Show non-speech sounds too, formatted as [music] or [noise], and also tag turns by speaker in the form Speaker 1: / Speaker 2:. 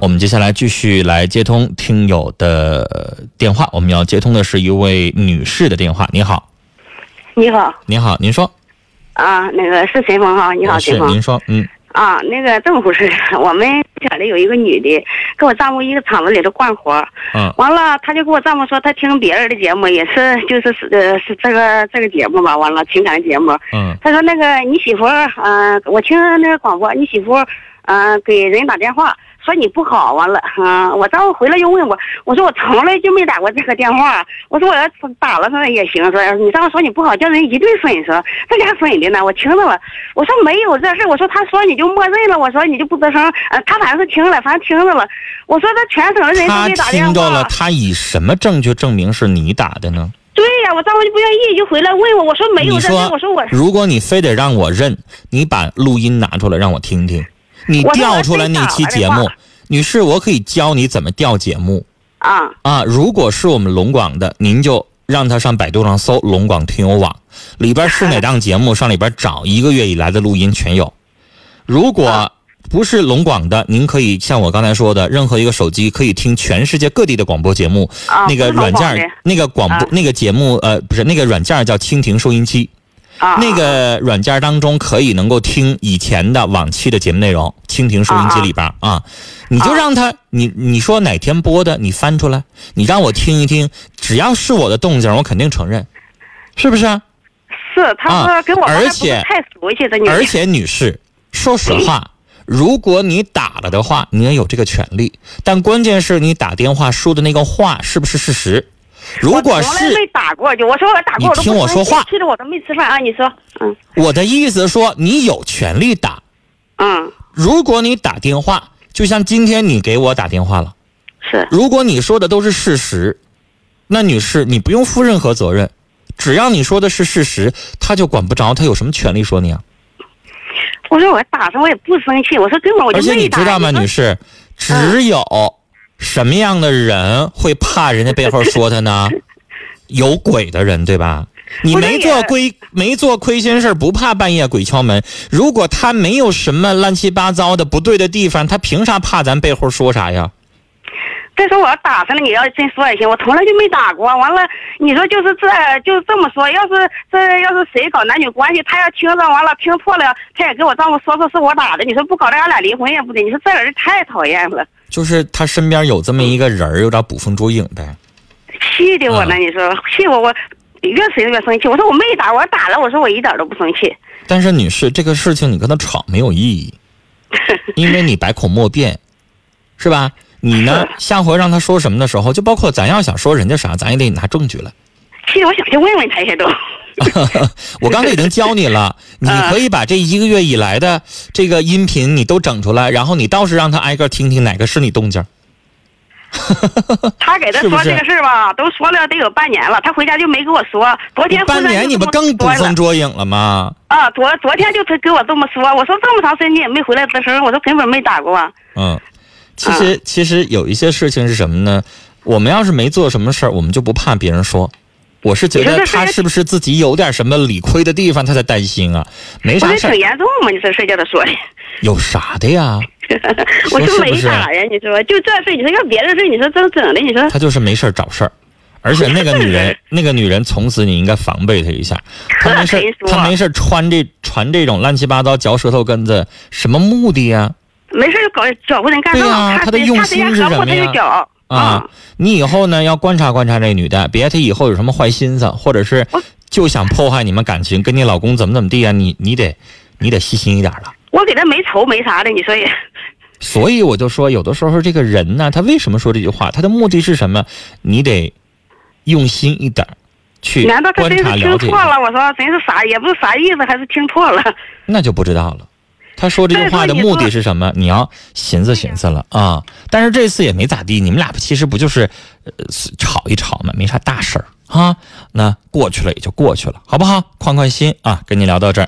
Speaker 1: 我们接下来继续来接通听友的电话，我们要接通的是一位女士的电话。你好，
Speaker 2: 你好
Speaker 1: 您好，您说，
Speaker 2: 啊，那个是陈峰哈，你好，
Speaker 1: 是
Speaker 2: 陈峰
Speaker 1: 您说，嗯
Speaker 2: 啊，那个这么回事，我们家里有一个女的，跟我丈夫一个厂子里头干活儿，
Speaker 1: 嗯
Speaker 2: 完了她就跟我丈夫说，她听别人的节目，也是就是是呃是这个这个节目吧，完了情感节目，
Speaker 1: 嗯
Speaker 2: 她说那个你媳妇儿，嗯、我听那个广播，你媳妇儿，嗯、给人打电话。说你不好，完了，嗯、我丈夫回来又问我，我说我从来就没打过这个电话，我说我要打了他也行，说哎你丈夫说你不好，叫人一顿损，说这家损的呢，我听着了，我说没有这事儿，我说他说你就默认了，我说你就不吱声，呃，他反正是听了，反正听着了，我说这全省的人都
Speaker 1: 他
Speaker 2: 没打电
Speaker 1: 听到
Speaker 2: 话，
Speaker 1: 了，他以什么证据证明是你打的呢？
Speaker 2: 对呀、我丈夫就不愿意，就回来问我，我说没有
Speaker 1: 你
Speaker 2: 这事儿
Speaker 1: 说，
Speaker 2: 我说我
Speaker 1: 如果你非得让我认，你把录音拿出来让我听听，你
Speaker 2: 我说
Speaker 1: 调
Speaker 2: 我
Speaker 1: 出来
Speaker 2: 最
Speaker 1: 那
Speaker 2: 早
Speaker 1: 期
Speaker 2: 的
Speaker 1: 节
Speaker 2: 话
Speaker 1: 目，女士，我可以教你怎么调节目
Speaker 2: 啊，
Speaker 1: 啊。如果是我们龙广的，您就让他上百度上搜“龙广听友网”，里边是哪档节目，上里边找一个月以来的录音全有。如果
Speaker 2: 啊
Speaker 1: 不是龙广的，您可以像我刚才说的，任何一个手机可以听全世界各地的广播节目。
Speaker 2: 啊，
Speaker 1: 那个
Speaker 2: 不是
Speaker 1: 软
Speaker 2: 老
Speaker 1: 件
Speaker 2: 广的
Speaker 1: 儿，那个广播、
Speaker 2: 啊
Speaker 1: 那个节目，呃，不是那个软件儿叫蜻蜓收音机。
Speaker 2: 啊，
Speaker 1: 那个软件当中可以能够听以前的往期的节目内容，蜻蜓收音机里边儿啊，你就让他，你你说哪天播的，你翻出来，你让我听一听，只要是我的动静，我肯定承认，是不是啊？
Speaker 2: 是他
Speaker 1: 啊
Speaker 2: 说跟我妈
Speaker 1: 而
Speaker 2: 不是
Speaker 1: 且
Speaker 2: 太熟悉这女
Speaker 1: 嗯
Speaker 2: 的
Speaker 1: 而且女士，说实话，如果你打了的话，你也有这个权利，但关键是你打电话说的那个话是不是事实？如果
Speaker 2: 我从来
Speaker 1: 是
Speaker 2: 没打过就我说我打
Speaker 1: 你
Speaker 2: 过，我都
Speaker 1: 听
Speaker 2: 不
Speaker 1: 我
Speaker 2: 生
Speaker 1: 说
Speaker 2: 气
Speaker 1: 话
Speaker 2: 气的我都没吃饭啊！你说，嗯
Speaker 1: 我的意思说，你有权利打，
Speaker 2: 嗯，
Speaker 1: 如果你打电话，就像今天你给我打电话了，
Speaker 2: 是
Speaker 1: 如果你说的都是事实，那女士你不用负任何责任，只要你说的是事实，他就管不着，他有什么权利说你啊？
Speaker 2: 我说我打上我也不生气，我说根本我就
Speaker 1: 而
Speaker 2: 没打。
Speaker 1: 且你知道吗，
Speaker 2: 说
Speaker 1: 女士，只有什么样的人会怕人家背后说他
Speaker 2: [laughs]
Speaker 1: 呢？有鬼的人，对吧？你
Speaker 2: 不是
Speaker 1: 没
Speaker 2: 也
Speaker 1: 做亏没做亏心事儿不怕半夜鬼敲门。如果他没有什么乱七八糟的不对的地方，他凭啥怕咱背后说啥呀？
Speaker 2: 再说我要打上了，你要真说也行，我从来就没打过。完了，你说就是这就这么说，要是这要是谁搞男女关系，他要听着完了听错了，他也跟我丈夫说说是我打的，你说不搞得俺俩离婚也不得，你说这人太讨厌了，
Speaker 1: 就是他身边有这么一个人儿，有点捕风捉影呗。
Speaker 2: 气的我呢，
Speaker 1: 啊
Speaker 2: 你说气我我越寻思越生气，我说我没打，我打了，我说我一点都不生气，
Speaker 1: 但是女士，这个事情你跟他吵没有意义，因为你百口莫辩，是吧？你呢，下回让他说什么的时候，就包括咱要想说人家啥，咱也得拿证据来。
Speaker 2: 气的我想去问问他一下
Speaker 1: 啊
Speaker 2: 都。
Speaker 1: [laughs] 我刚才已经教你了，你可以把这一个月以来的这个音频你都整出来，然后你倒是让他挨个听听哪个是你动静儿。
Speaker 2: [laughs] 他给他
Speaker 1: 是不
Speaker 2: 说
Speaker 1: 是
Speaker 2: 这个事儿吧，都说了得有半年了，他回家就没跟我说。昨天
Speaker 1: 半年你不更捕
Speaker 2: 不
Speaker 1: 风捉影了吗？
Speaker 2: 啊？昨昨天就他跟我这么说，我说这么长时间你也没回来吱声，我说根本没打过啊。
Speaker 1: 嗯，其实其实有一些事情是什么呢？我们要是没做什么事儿，我们就不怕别人说。我是觉
Speaker 2: 你说
Speaker 1: 得
Speaker 2: 这事
Speaker 1: 他
Speaker 2: 儿
Speaker 1: 是不是自己有点什么理亏的地方，他才担心啊？没
Speaker 2: 我
Speaker 1: 啥
Speaker 2: 说
Speaker 1: 事
Speaker 2: 挺
Speaker 1: 儿，
Speaker 2: 严重嘛，你这事儿叫他
Speaker 1: [laughs]
Speaker 2: 说的，
Speaker 1: 有啥的呀？
Speaker 2: 我
Speaker 1: 说是
Speaker 2: 说
Speaker 1: 不
Speaker 2: 没
Speaker 1: 是
Speaker 2: 打呀，你说就这事儿，你说要别的事儿，你说这整的，你说
Speaker 1: 他就是没事儿找事儿。而且那个女人， [laughs] 那个女人，从此你应该防备她一下。她没事
Speaker 2: [laughs] 谁
Speaker 1: 儿，
Speaker 2: 说啊
Speaker 1: 她没事儿穿这传这种乱七八糟、嚼舌头根子，什么目的呀？
Speaker 2: 没事儿就搞搅和人干仗，
Speaker 1: 对呀他
Speaker 2: 他
Speaker 1: 的
Speaker 2: 谁
Speaker 1: 用
Speaker 2: 他谁
Speaker 1: 心
Speaker 2: 家
Speaker 1: 是
Speaker 2: 搞
Speaker 1: 什么
Speaker 2: 破他
Speaker 1: 呀
Speaker 2: 就搅
Speaker 1: 啊，你以后呢要观察观察这女的，别她以后有什么坏心思，或者是
Speaker 2: 我
Speaker 1: 就想破坏你们感情，跟你老公怎么怎么地啊，你你得你得细心一点了。
Speaker 2: 我给他没仇没啥的，你说也
Speaker 1: 所以我就说，有的时候这个人呢，他为什么说这句话，他的目的是什么？你得用心一点儿去
Speaker 2: 难道他
Speaker 1: 观
Speaker 2: 真是
Speaker 1: 察了
Speaker 2: 听
Speaker 1: 解一
Speaker 2: 错
Speaker 1: 下，
Speaker 2: 了？我说真是啥也不是啥意思，还是听错了。
Speaker 1: 那就不知道了。他说这句话的目的是什么？你要寻思寻思了啊！但是这次也没咋地，你们俩其实不就是呃吵一吵嘛，没啥大事儿啊。那过去了也就过去了，好不好？宽宽心啊，跟您聊到这儿。